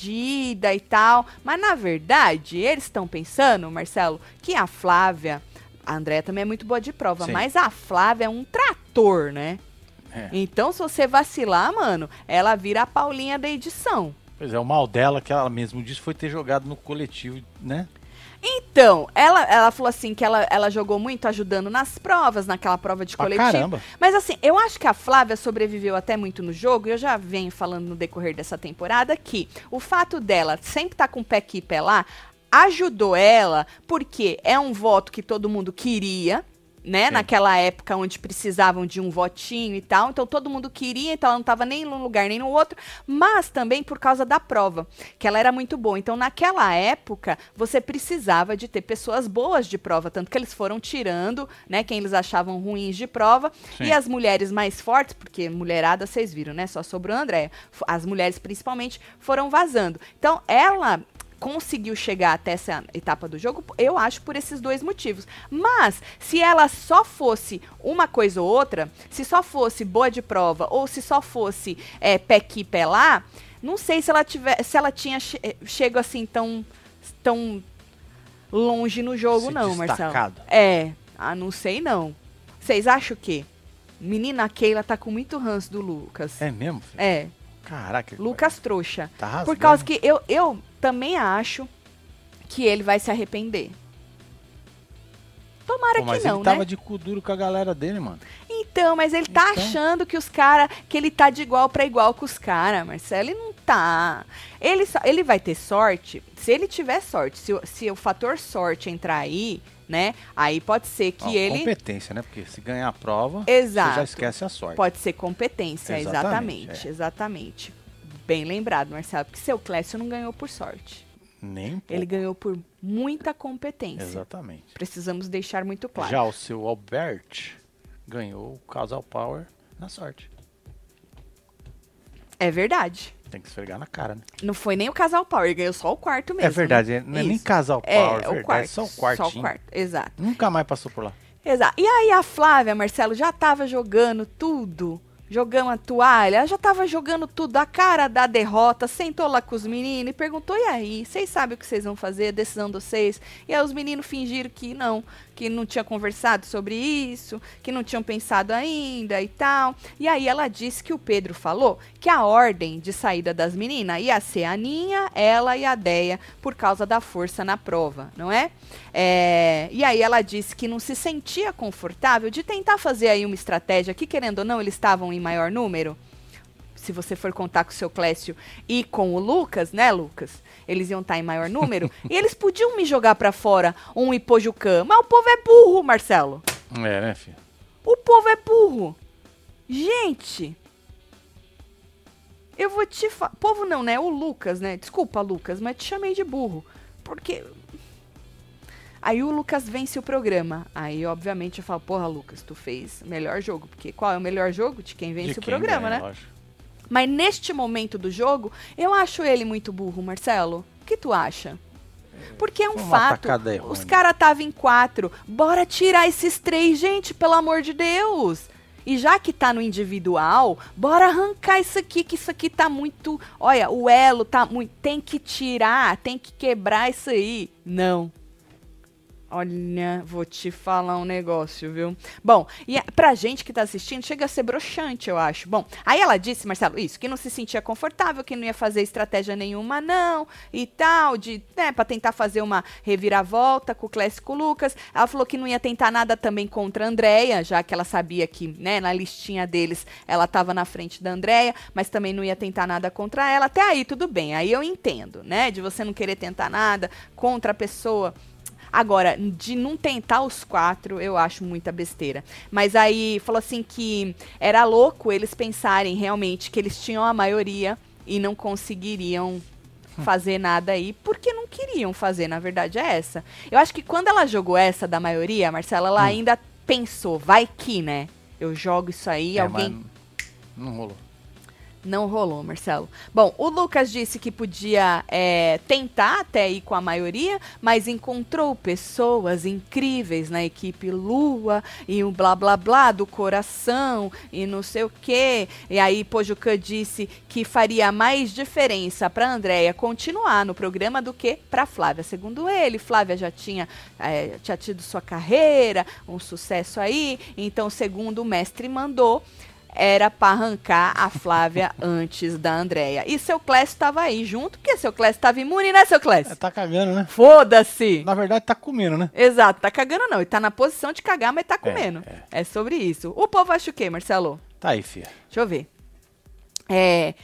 Speaker 2: sucedida e tal. Mas na verdade, eles estão pensando, Marcelo, que a Flávia. A Andréia também é muito boa de prova,
Speaker 1: Sim.
Speaker 2: mas a Flávia é um trator, né?
Speaker 1: É.
Speaker 2: Então, se você vacilar, mano, ela vira a Paulinha da edição.
Speaker 1: Pois é, o mal dela, que ela mesmo disse, foi ter jogado no coletivo, né?
Speaker 2: Então, ela, ela falou assim que ela, ela jogou muito ajudando nas provas, naquela prova de
Speaker 1: Pra
Speaker 2: coletivo.
Speaker 1: caramba.
Speaker 2: Mas assim, eu acho que a Flávia sobreviveu até muito no jogo, e eu já venho falando no decorrer dessa temporada que o fato dela sempre estar com o pé aqui e pé lá ajudou ela, porque é um voto que todo mundo queria. Né,
Speaker 1: Sim.
Speaker 2: naquela época onde precisavam de um votinho e tal. Então todo mundo queria, então ela não estava nem num lugar nem no outro, mas também por causa da prova, que ela era muito boa. Então naquela época você precisava de ter pessoas boas de prova, tanto que eles foram tirando, né, quem eles achavam ruins de prova,
Speaker 1: Sim.
Speaker 2: e as mulheres mais fortes, porque mulherada vocês viram, né? Só sobrou a Andréia. F- As mulheres principalmente foram vazando. Então ela conseguiu chegar até essa etapa do jogo, eu acho por esses dois motivos. Mas se ela só fosse uma coisa ou outra, se só fosse boa de prova ou se só fosse é, pé aqui, pé lá, não sei se ela tiver, se ela tinha che- eh, chego assim tão tão longe no jogo
Speaker 1: Se
Speaker 2: não, Marcelo.
Speaker 1: destacado.
Speaker 2: É, ah, não sei não. Vocês acham o quê? Menina Keila tá com muito ranço do Lucas. É,
Speaker 1: É mesmo? filho? Caraca. ele
Speaker 2: Lucas trouxa.
Speaker 1: Tá rasgando.
Speaker 2: Por causa que eu, eu também acho que ele vai se arrepender. Tomara
Speaker 1: Pô, mas
Speaker 2: que não,
Speaker 1: ele
Speaker 2: né?
Speaker 1: tava de cu duro com a galera dele, mano.
Speaker 2: Então, mas ele tá
Speaker 1: Então.
Speaker 2: achando que os caras, que ele tá de igual pra igual com os caras, Marcelo, ele não tá. Ele, só- ele vai ter sorte, se ele tiver sorte, se, o- se o fator sorte entrar aí, né? Aí pode ser que
Speaker 1: Ó,
Speaker 2: ele
Speaker 1: Competência, né? Porque se ganhar a prova, você já
Speaker 2: Exato.
Speaker 1: esquece a sorte.
Speaker 2: Pode ser competência,
Speaker 1: Exatamente, é.
Speaker 2: exatamente, exatamente. Bem lembrado, Marcelo, porque seu Clécio não ganhou por sorte.
Speaker 1: Nem um pouco.
Speaker 2: Ele ganhou por muita competência.
Speaker 1: Exatamente.
Speaker 2: Precisamos deixar muito claro.
Speaker 1: Já o seu Albert ganhou o Casal Power na sorte.
Speaker 2: É verdade.
Speaker 1: Tem que esfregar na cara, né?
Speaker 2: Não foi nem o casal Power, ele ganhou só o quarto mesmo.
Speaker 1: é verdade,
Speaker 2: né?
Speaker 1: não é nem
Speaker 2: Isso.
Speaker 1: Casal Power,
Speaker 2: É,
Speaker 1: é
Speaker 2: o
Speaker 1: verdade,
Speaker 2: quarto.
Speaker 1: só o quartinho.
Speaker 2: Só o quarto, exato.
Speaker 1: Nunca mais passou por lá.
Speaker 2: Exato. E aí a Flávia, Marcelo, já tava jogando tudo. Jogando a toalha, ela já tava jogando tudo, a cara da derrota, sentou lá com os meninos e perguntou: e aí, vocês sabem o que vocês vão fazer, a decisão de vocês? E aí os meninos fingiram que não, que não tinha conversado sobre isso, que não tinham pensado ainda e tal. E aí ela disse que o Pedro falou que a ordem de saída das meninas ia ser a Aninha, ela e a Deia, por causa da força na prova, não é? É, e aí ela disse que não se sentia confortável de tentar fazer aí uma estratégia que, querendo ou não, eles estavam em maior número. Se você for contar com o seu Clécio e com o Lucas, né, Lucas? Eles iam estar em maior número. e eles podiam me jogar pra fora um Ipojucã. Mas o povo é burro, Marcelo.
Speaker 1: É, né, filho?
Speaker 2: O povo é burro. Gente. Eu vou te falar. Povo não, né? O Lucas, né? Desculpa, Lucas, mas te chamei de burro. Porque. Aí o Lucas vence o programa. Aí, obviamente, eu falo, porra, Lucas, tu fez o melhor jogo. Porque qual é o melhor jogo? De quem vence
Speaker 1: De
Speaker 2: o
Speaker 1: quem
Speaker 2: programa,
Speaker 1: ganha,
Speaker 2: né?
Speaker 1: lógico.
Speaker 2: Mas neste momento do jogo, eu acho ele muito burro, Marcelo. O que tu acha? Porque é um
Speaker 1: Foi uma
Speaker 2: fato.
Speaker 1: atacada errônea.
Speaker 2: Os caras estavam em quatro. Bora tirar esses três, gente, pelo amor de Deus. E já que tá no individual, bora arrancar isso aqui, que isso aqui tá muito. Olha, o elo tá muito. Tem que tirar, tem que quebrar isso aí. Não. Olha, vou te falar um negócio, viu? Bom, e a- pra gente que tá assistindo, chega a ser broxante, eu acho. Bom, aí ela disse, Marcelo, isso, que não se sentia confortável, que não ia fazer estratégia nenhuma, não, e tal, de, né, pra tentar fazer uma reviravolta com o Clássico Lucas. Ela falou que não ia tentar nada também contra a Andréia, já que ela sabia que, né, na listinha deles, ela tava na frente da Andréia, mas também não ia tentar nada contra ela. Até aí, tudo bem, aí eu entendo, né, de você não querer tentar nada contra a pessoa. Agora, de não tentar os quatro, eu acho muita besteira. Mas aí falou assim que era louco eles pensarem realmente que eles tinham a maioria e não conseguiriam
Speaker 1: Hum.
Speaker 2: fazer nada aí, porque não queriam fazer, na verdade é essa. Eu acho que quando ela jogou essa da maioria, Marcela, ela
Speaker 1: Hum.
Speaker 2: ainda pensou, vai que, né? Eu jogo isso aí,
Speaker 1: É,
Speaker 2: alguém
Speaker 1: mas Não rolou.
Speaker 2: não rolou, Marcelo. Bom, o Lucas disse que podia é, tentar até ir com a maioria, mas encontrou pessoas incríveis na equipe Lua e um blá blá blá do coração e não sei o quê. E aí Pojucan disse que faria mais diferença para Andréia continuar no programa do que para Flávia. Segundo ele, Flávia já tinha, é, tinha tido sua carreira, um sucesso aí. Então, segundo o mestre mandou, era pra arrancar a (laughs) Flávia antes da Andréia. E seu Clécio tava aí junto, porque seu Clécio tava imune, né, seu Clécio?
Speaker 1: Tá cagando, né?
Speaker 2: Foda-se!
Speaker 1: Na verdade, tá comendo, né?
Speaker 2: Exato, tá cagando não. Ele tá na posição de cagar, mas tá comendo. É, sobre isso. O povo acha o quê, Marcelo?
Speaker 1: Tá aí, fia.
Speaker 2: Deixa eu ver. É.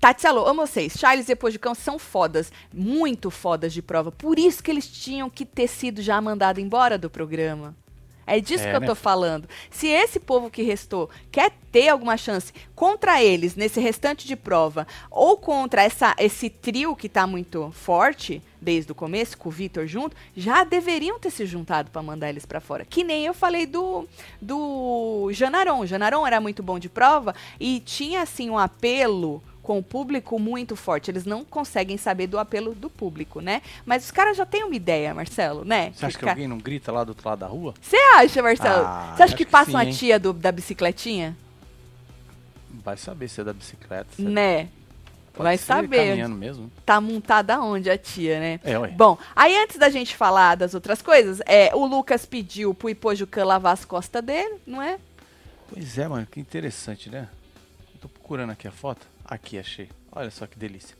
Speaker 2: Tati alô, amo vocês. Charles e depois de cão são fodas, muito fodas de prova. Por isso que eles tinham que ter sido já mandado embora do programa. É disso
Speaker 1: É,
Speaker 2: que eu
Speaker 1: né?
Speaker 2: tô falando. Se esse povo que restou quer ter alguma chance contra eles nesse restante de prova ou contra essa, esse trio que tá muito forte desde o começo, com o Vitor junto, já deveriam ter se juntado pra mandar eles pra fora. Que nem eu falei do, do Janaron. Janaron era muito bom de prova e tinha, assim, um apelo com o público muito forte. Eles não conseguem saber do apelo do público, né? Mas os caras já têm uma ideia, Marcelo, né?
Speaker 1: Você acha que
Speaker 2: ca-
Speaker 1: alguém não grita lá do outro lado da rua?
Speaker 2: você acha, Marcelo?
Speaker 1: Ah,
Speaker 2: Você acha
Speaker 1: acho
Speaker 2: que
Speaker 1: que
Speaker 2: passa
Speaker 1: sim,
Speaker 2: uma
Speaker 1: hein?
Speaker 2: tia do- da bicicletinha?
Speaker 1: Vai saber se é da bicicleta. Se é-
Speaker 2: Né?
Speaker 1: pode
Speaker 2: vai
Speaker 1: ser
Speaker 2: saber.
Speaker 1: Caminhando mesmo.
Speaker 2: Tá montada onde a tia, né?
Speaker 1: É, ué.
Speaker 2: Bom, aí antes da gente falar das outras coisas, é, o Lucas pediu pro Ipojucan lavar as costas dele, não é?
Speaker 1: Pois é, mano, que interessante, né? Eu tô procurando aqui a foto. Aqui, achei. Olha só que delícia.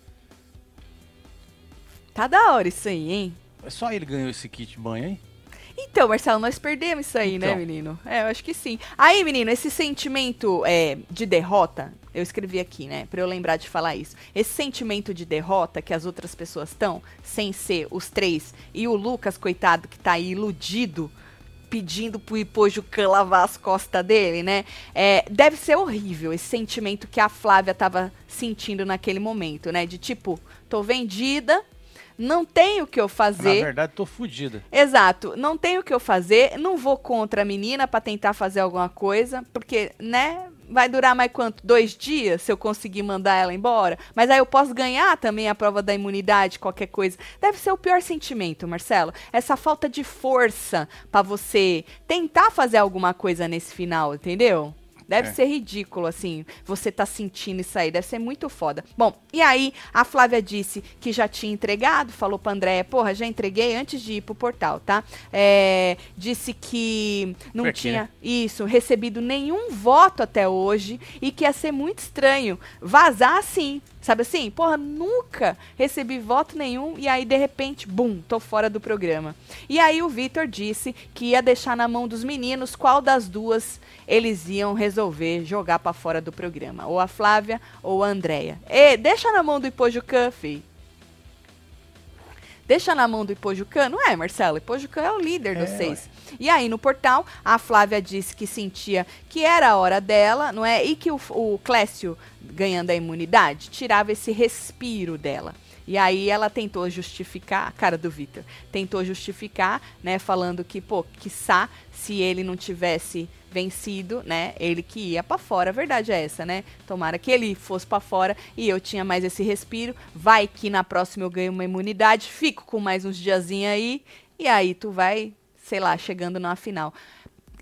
Speaker 2: Tá da hora isso aí, hein?
Speaker 1: É Só ele ganhou esse kit de banho, hein?
Speaker 2: Então, Marcelo, nós perdemos isso aí, né,
Speaker 1: Então.
Speaker 2: menino? É, eu acho que sim. Aí, menino, esse sentimento é, de derrota, eu escrevi aqui, né, pra eu lembrar de falar isso. Esse sentimento de derrota que as outras pessoas estão, sem ser os três, e o Lucas, coitado, que tá aí iludido, pedindo pro Ipojucan lavar as costas dele, né? É, deve ser horrível esse sentimento que a Flávia tava sentindo naquele momento, né? De tipo, tô vendida, não tenho o que eu fazer.
Speaker 1: Na verdade, tô fudida.
Speaker 2: Exato, não tem o que eu fazer, não vou contra a menina pra tentar fazer alguma coisa, porque, né, vai durar mais quanto? Dois dias se eu conseguir mandar ela embora? Mas aí eu posso ganhar também a prova da imunidade, qualquer coisa. Deve ser o pior sentimento, Marcelo. Essa falta de força pra você tentar fazer alguma coisa nesse final, entendeu? Deve
Speaker 1: É.
Speaker 2: ser ridículo, assim, você tá sentindo isso aí, deve ser muito foda. Bom, e aí a Flávia disse que já tinha entregado, falou pra Andréia, porra, já entreguei antes de ir pro portal, tá? É, disse que não
Speaker 1: Foi aqui,
Speaker 2: tinha,
Speaker 1: né?
Speaker 2: isso, recebido nenhum voto até hoje e que ia ser muito estranho vazar assim, sabe assim? Porra, nunca recebi voto nenhum e aí de repente, bum, tô fora do programa. E aí o Vitor disse que ia deixar na mão dos meninos qual das duas eles iam resolver jogar pra fora do programa, ou a Flávia ou a Andréia. E deixa na mão do Ipojucan, fi. Deixa na mão do Ipojucan, não é, Marcelo? Ipojucan é o líder de
Speaker 1: É,
Speaker 2: vocês. E aí, no portal, a Flávia disse que sentia que era a hora dela, não é? E que o, o Clécio, ganhando a imunidade, tirava esse respiro dela. E aí ela tentou justificar, a cara do Vitor, tentou justificar, né, falando que, pô, quiçá, se ele não tivesse vencido, né, ele que ia pra fora, a verdade é essa, né? Tomara que ele fosse pra fora e eu tinha mais esse respiro, vai que na próxima eu ganho uma imunidade, fico com mais uns diazinhos aí, e aí tu vai sei lá, chegando na final.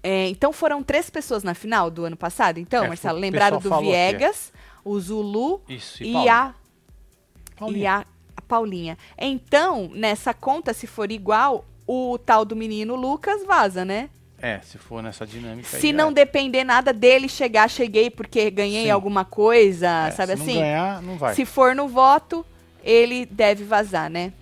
Speaker 2: É, então foram três pessoas na final do ano passado, então,
Speaker 1: É,
Speaker 2: Marcelo?
Speaker 1: o
Speaker 2: Lembraram do
Speaker 1: pessoal falou que é.
Speaker 2: Viegas, o Zulu
Speaker 1: Isso,
Speaker 2: e,
Speaker 1: e, Paulo?
Speaker 2: a, e
Speaker 1: Paulinha.
Speaker 2: a Paulinha. Então, nessa conta, se for igual, o tal do menino Lucas vaza, né?
Speaker 1: É, se for nessa dinâmica aí,
Speaker 2: Se
Speaker 1: já
Speaker 2: não
Speaker 1: é.
Speaker 2: depender nada dele chegar, cheguei porque ganhei
Speaker 1: Sim.
Speaker 2: alguma coisa,
Speaker 1: É,
Speaker 2: sabe
Speaker 1: se
Speaker 2: assim?
Speaker 1: não ganhar, não vai.
Speaker 2: Se for no voto, ele deve vazar, né?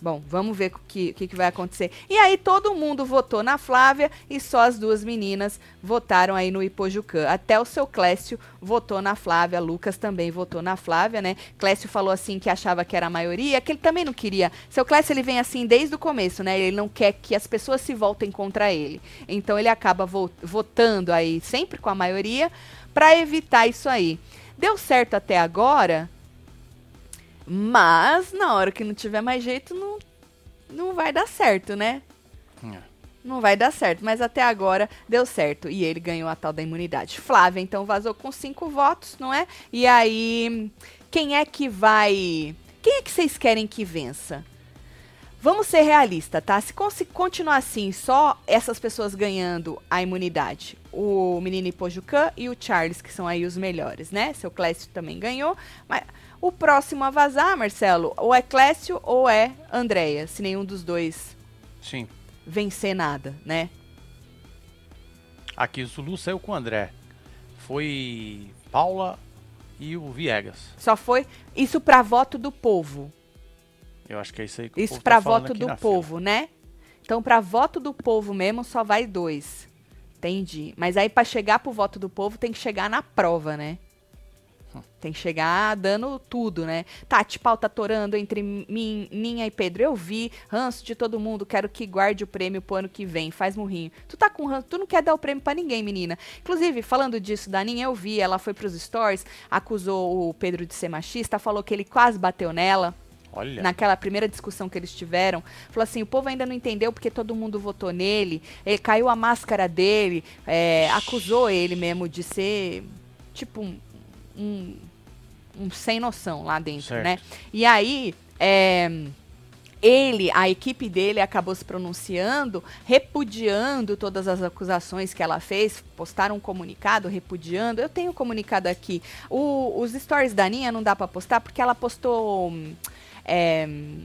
Speaker 2: Bom, vamos ver o que, o que, que vai acontecer. E aí todo mundo votou na Flávia e só as duas meninas votaram aí no Ipojucã. Até o seu Clécio votou na Flávia, Lucas também votou na Flávia, né? Clécio falou assim que achava que era a maioria, que ele também não queria. Seu Clécio ele vem assim desde o começo, né? Ele não quer que as pessoas se voltem contra ele. Então ele acaba vo- votando aí sempre com a maioria pra evitar isso aí. Deu certo até agora, mas na hora que não tiver mais jeito, não, não vai dar certo, né?
Speaker 1: É.
Speaker 2: Não vai dar certo, mas até agora deu certo. E ele ganhou a tal da imunidade. Flávia, então, vazou com cinco votos, não é? E aí, quem é que vai. Quem é que vocês querem que vença? Vamos ser realistas, tá? Se con- se continuar assim, só essas pessoas ganhando a imunidade, o menino Ipojucan e o Charles, que são aí os melhores, né? Seu Clécio também ganhou. Mas o próximo a vazar, Marcelo, ou é Clécio ou é Andréia, se nenhum dos dois
Speaker 1: Sim.
Speaker 2: vencer nada, né?
Speaker 1: Aqui o Zulu saiu com o André. foi Paula e o Viegas.
Speaker 2: Só foi isso pra voto do povo.
Speaker 1: Eu acho que é isso aí que o
Speaker 2: Isso
Speaker 1: povo
Speaker 2: pra
Speaker 1: tá falando
Speaker 2: voto
Speaker 1: aqui
Speaker 2: do
Speaker 1: na
Speaker 2: povo, né? Então pra voto do povo mesmo só vai dois. Entendi. Mas aí pra chegar pro voto do povo tem que chegar na prova, né?
Speaker 1: Hum.
Speaker 2: Tem que chegar dando tudo, né? Tati Pau tá torando entre mim, Ninha e Pedro. Eu vi. Ranço de todo mundo. Quero que guarde o prêmio pro ano que vem. Faz murrinho. Tu tá com ranço. Tu não quer dar o prêmio pra ninguém, menina. Inclusive, falando disso da Ninha, eu vi. Ela foi pros stories, acusou o Pedro de ser machista, falou que ele quase bateu nela
Speaker 1: fila. Olha,
Speaker 2: naquela primeira discussão que eles tiveram, falou assim, o povo ainda não entendeu porque todo mundo votou nele, ele caiu a máscara dele, é, acusou ele mesmo de ser tipo um, um- um sem noção lá dentro,
Speaker 1: Certo.
Speaker 2: né? E aí é, ele, a equipe dele acabou se pronunciando, repudiando todas as acusações que ela fez, postaram um comunicado repudiando. Eu tenho o comunicado aqui. O- os stories da Aninha não dá pra postar porque ela postou hum, é, hum,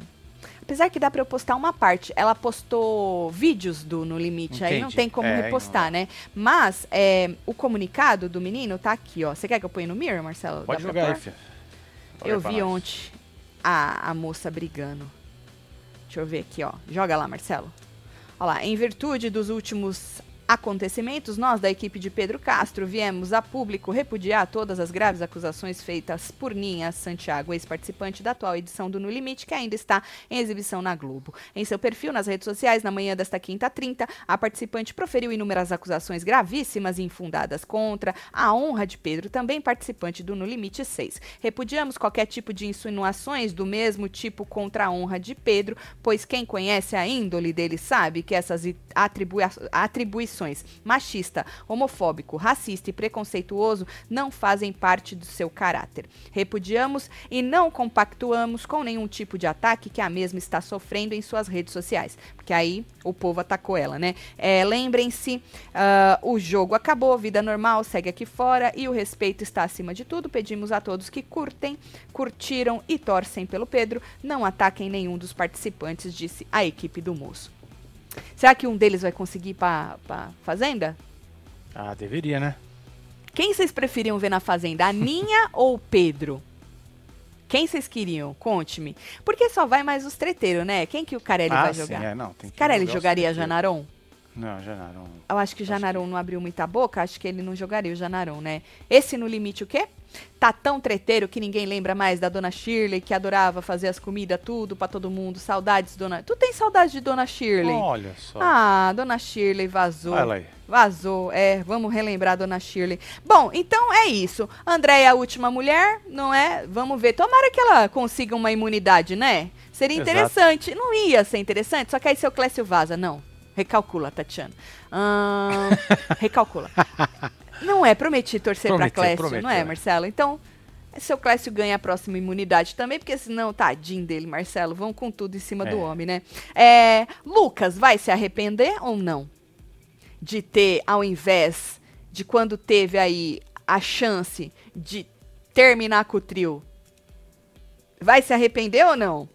Speaker 2: apesar que dá pra eu postar uma parte, ela postou vídeos do No Limite, aí não
Speaker 1: Entendi.
Speaker 2: tem como
Speaker 1: É, aí não
Speaker 2: repostar, né? Mas é, o comunicado do menino tá aqui, ó. Você quer que eu ponha no mirror, Marcelo?
Speaker 1: pode
Speaker 2: Dá pra
Speaker 1: jogar aí,
Speaker 2: pôr?
Speaker 1: filha.
Speaker 2: Eu vi ontem a, a moça brigando. Deixa eu ver aqui, ó. Joga lá, Marcelo. Olha lá. Em virtude dos últimos acontecimentos, nós da equipe de Pedro Castro viemos a público repudiar todas as graves acusações feitas por Ninha Santiago, ex-participante da atual edição do No Limite, que ainda está em exibição na Globo. Em seu perfil nas redes sociais, na manhã desta quinta 30, a participante proferiu inúmeras acusações gravíssimas e infundadas contra a honra de Pedro, também participante do No Limite 6. Repudiamos qualquer tipo de insinuações do mesmo tipo contra a honra de Pedro, pois quem conhece a índole dele sabe que essas i- atribui- atribuições machista, homofóbico, racista e preconceituoso não fazem parte do seu caráter. Repudiamos e não compactuamos com nenhum tipo de ataque que a mesma está sofrendo em suas redes sociais. Porque aí o povo atacou ela, né? É, Lembrem-se, ah, o jogo acabou, vida normal segue aqui fora e o respeito está acima de tudo. Pedimos a todos que curtem, curtiram e torcem pelo Pedro. Não ataquem nenhum dos participantes, disse a equipe do moço. Será que um deles vai conseguir ir pra, pra Fazenda?
Speaker 1: Ah, deveria, né?
Speaker 2: Quem vocês preferiam ver na Fazenda,
Speaker 1: (laughs)
Speaker 2: a Ninha ou o Pedro? Quem vocês queriam? Conte-me. Porque só vai mais os treteiros, né? Quem que o Carelli
Speaker 1: ah,
Speaker 2: vai
Speaker 1: sim,
Speaker 2: jogar?
Speaker 1: é, não, tem que
Speaker 2: Carelli
Speaker 1: jogar os
Speaker 2: jogaria
Speaker 1: treteiros.
Speaker 2: Janaron?
Speaker 1: Não, Janarão.
Speaker 2: Eu acho que o
Speaker 1: Acho que-
Speaker 2: Janarão não abriu muita boca, acho que ele não jogaria o Janarão, né? Esse no limite o quê? Tá tão treteiro que ninguém lembra mais da Dona Shirley, que adorava fazer as comidas, tudo pra todo mundo. Saudades, Dona... Tu tem saudade de Dona Shirley?
Speaker 1: Olha só.
Speaker 2: Ah, Dona Shirley vazou.
Speaker 1: Olha lá aí.
Speaker 2: Vazou, é, vamos relembrar a dona Shirley. Bom, então é isso. Andréia é a última mulher, não é? Vamos ver. Tomara que ela consiga uma imunidade, né? Seria
Speaker 1: Exato.
Speaker 2: interessante. Não ia ser interessante, só que aí seu Clécio vaza. Não. Recalcula, Tatiana. Ahn,
Speaker 1: (laughs)
Speaker 2: recalcula. Não é, prometi torcer pra
Speaker 1: Prometeu,
Speaker 2: Clécio, não
Speaker 1: prometeu,
Speaker 2: é,
Speaker 1: é.
Speaker 2: Marcelo? Então, seu Clécio ganha a próxima imunidade também, porque senão, tadinho dele, Marcelo, vão com tudo em cima do
Speaker 1: É.
Speaker 2: homem, né? É, Lucas vai se arrepender ou não? de ter, ao invés de quando teve aí a chance de terminar com o trio, vai se arrepender ou não?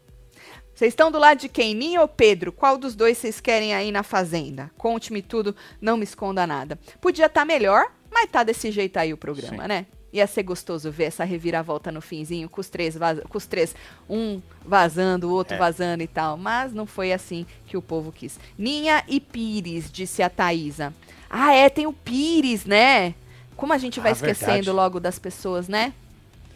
Speaker 2: Vocês estão do lado de quem? Ninho ou Pedro? Qual dos dois vocês querem aí na fazenda? Conte-me tudo, não me esconda nada. Podia estar melhor, mas tá desse jeito aí o programa, né? Ia ser gostoso ver essa reviravolta no finzinho, com os três, vaz- com os três um vazando, o outro
Speaker 1: É.
Speaker 2: vazando e tal. Mas não foi assim que o povo quis. Ninha e Pires, disse a Thaísa. Ah, é, tem o Pires, né? Como a gente vai
Speaker 1: Ah,
Speaker 2: esquecendo
Speaker 1: verdade.
Speaker 2: logo das pessoas, né?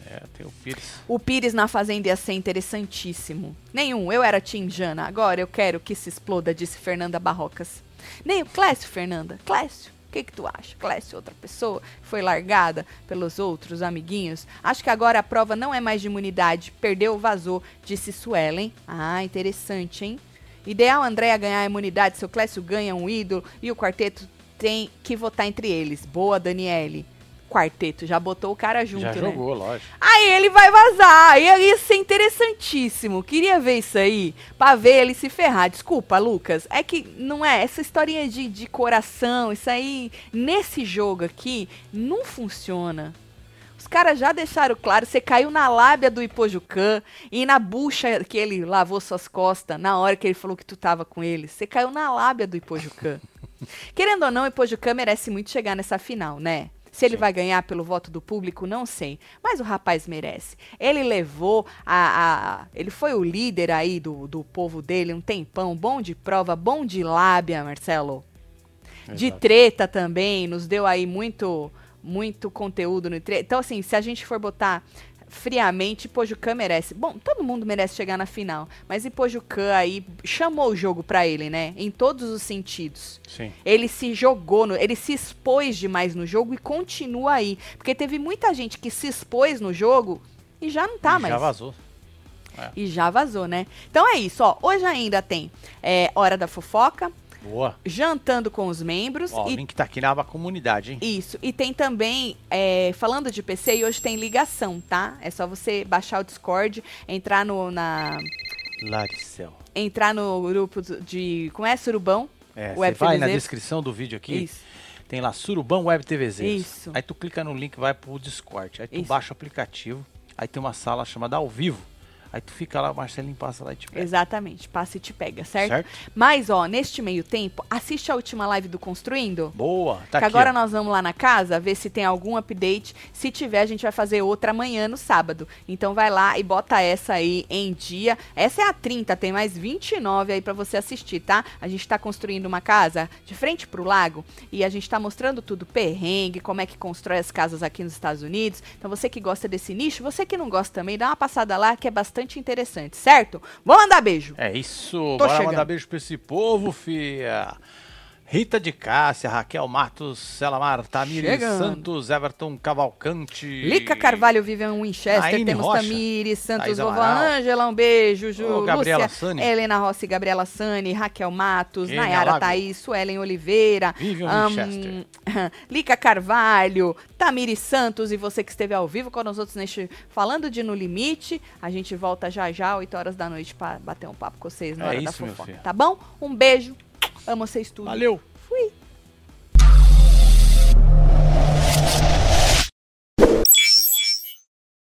Speaker 1: É, tem o Pires.
Speaker 2: O Pires na Fazenda ia ser interessantíssimo. Nenhum. Eu era Tim Jana. Agora eu quero que se exploda, disse Fernanda Barrocas. Nem o Clécio, Fernanda. Clécio, o que, que tu acha? Clécio, outra pessoa, foi largada pelos outros amiguinhos. Acho que agora a prova não é mais de imunidade. Perdeu, vazou, disse Suelen. Ah, interessante, hein? Ideal Andréia ganhar a imunidade, seu Clécio ganha um ídolo e o quarteto tem que votar entre eles. Boa, Daniele. Quarteto, já botou o cara junto,
Speaker 1: Já
Speaker 2: né?
Speaker 1: jogou, lógico.
Speaker 2: Aí ele vai vazar. E aí ia ser interessantíssimo. Queria ver isso aí, pra ver ele se ferrar. Desculpa, Lucas. É que não é. Essa historinha de, de coração, isso aí, nesse jogo aqui, não funciona. Os caras já deixaram claro, você caiu na lábia do Ipojucan e na bucha que ele lavou suas costas na hora que ele falou que tu tava com ele. Você caiu na lábia do Ipojucan. Querendo ou não, o Ipojucan merece muito chegar nessa final, né? Se ele vai ganhar pelo voto do público, não sei. Mas o rapaz merece. Ele levou a. a- ele foi o líder aí do, do povo dele um tempão, bom de prova, bom de lábia, Marcelo. De
Speaker 1: Exato.
Speaker 2: treta também, nos deu aí muito, muito conteúdo no treta. Então, assim, se a gente for botar friamente, Pojucan merece. Bom, todo mundo merece chegar na final, mas e Pojucan aí chamou o jogo pra ele, né? Em todos os sentidos.
Speaker 1: Sim.
Speaker 2: Ele se jogou, no- ele se expôs demais no jogo e continua aí. Porque teve muita gente que se expôs no jogo e já não tá
Speaker 1: E
Speaker 2: mais.
Speaker 1: Já vazou.
Speaker 2: E já vazou, né? Então é isso, ó. Hoje ainda tem é, Hora da Fofoca,
Speaker 1: Boa.
Speaker 2: Jantando com os Membros
Speaker 1: Ó, o
Speaker 2: e
Speaker 1: link tá aqui na aba comunidade, hein?
Speaker 2: isso. E tem também, é, falando de PC, e hoje tem ligação, tá? É só você baixar o Discord, entrar no, na,
Speaker 1: Laricel.
Speaker 2: entrar no grupo de. Como é? Surubão?
Speaker 1: É, você
Speaker 2: Web
Speaker 1: vai na
Speaker 2: TVZ.
Speaker 1: descrição do vídeo aqui,
Speaker 2: Isso.
Speaker 1: tem lá Surubão Web TVZ.
Speaker 2: Isso.
Speaker 1: Aí tu clica no link, vai pro Discord. Aí tu
Speaker 2: Isso.
Speaker 1: baixa o aplicativo, aí tem uma sala chamada ao vivo. Aí tu fica lá, o Marcelinho passa lá e te pega.
Speaker 2: Exatamente. Passa e te pega, certo?
Speaker 1: Certo?
Speaker 2: Mas, ó, neste meio tempo, assiste a última live do Construindo.
Speaker 1: Boa, tá
Speaker 2: que
Speaker 1: aqui.
Speaker 2: agora
Speaker 1: ó.
Speaker 2: nós vamos lá na casa ver se tem algum update. Se tiver, a gente vai fazer outra amanhã no sábado. Então vai lá e bota essa aí em dia. Essa é a 30, tem mais 29 aí pra você assistir, tá? A gente tá construindo uma casa de frente pro lago e a gente tá mostrando tudo perrengue, como é que constrói as casas aqui nos Estados Unidos. Então você que gosta desse nicho, você que não gosta também, dá uma passada lá que é bastante interessante, certo? Vou mandar beijo.
Speaker 1: É isso. Bora
Speaker 2: chegando.
Speaker 1: mandar beijo pra esse povo, fia. Rita de Cássia, Raquel Matos, Selamar, Tamires
Speaker 2: Chegando.
Speaker 1: Santos, Everton Cavalcante.
Speaker 2: Lica Carvalho, Vivian Winchester,
Speaker 1: Aine
Speaker 2: temos
Speaker 1: Rocha,
Speaker 2: Tamires, Santos,
Speaker 1: Thaís
Speaker 2: Vovó
Speaker 1: Amaral.
Speaker 2: Ângela, um beijo, Ju,
Speaker 1: Ô, Gabriela
Speaker 2: Lúcia,
Speaker 1: Sani.
Speaker 2: Helena Rossi, Gabriela Sani, Raquel Matos,
Speaker 1: Kênia
Speaker 2: Nayara
Speaker 1: Lago.
Speaker 2: Thaís, Suelen Oliveira,
Speaker 1: Vivian
Speaker 2: ahn,
Speaker 1: Winchester.
Speaker 2: (laughs) Lica Carvalho, Tamires Santos e você que esteve ao vivo com nós outros neste Falando de No Limite, a gente volta já já, 8 horas da noite, para bater um papo com vocês na
Speaker 1: É
Speaker 2: hora da
Speaker 1: isso, meu
Speaker 2: fofoca,
Speaker 1: filho.
Speaker 2: tá bom? Um beijo, amo vocês tudo.
Speaker 1: Valeu.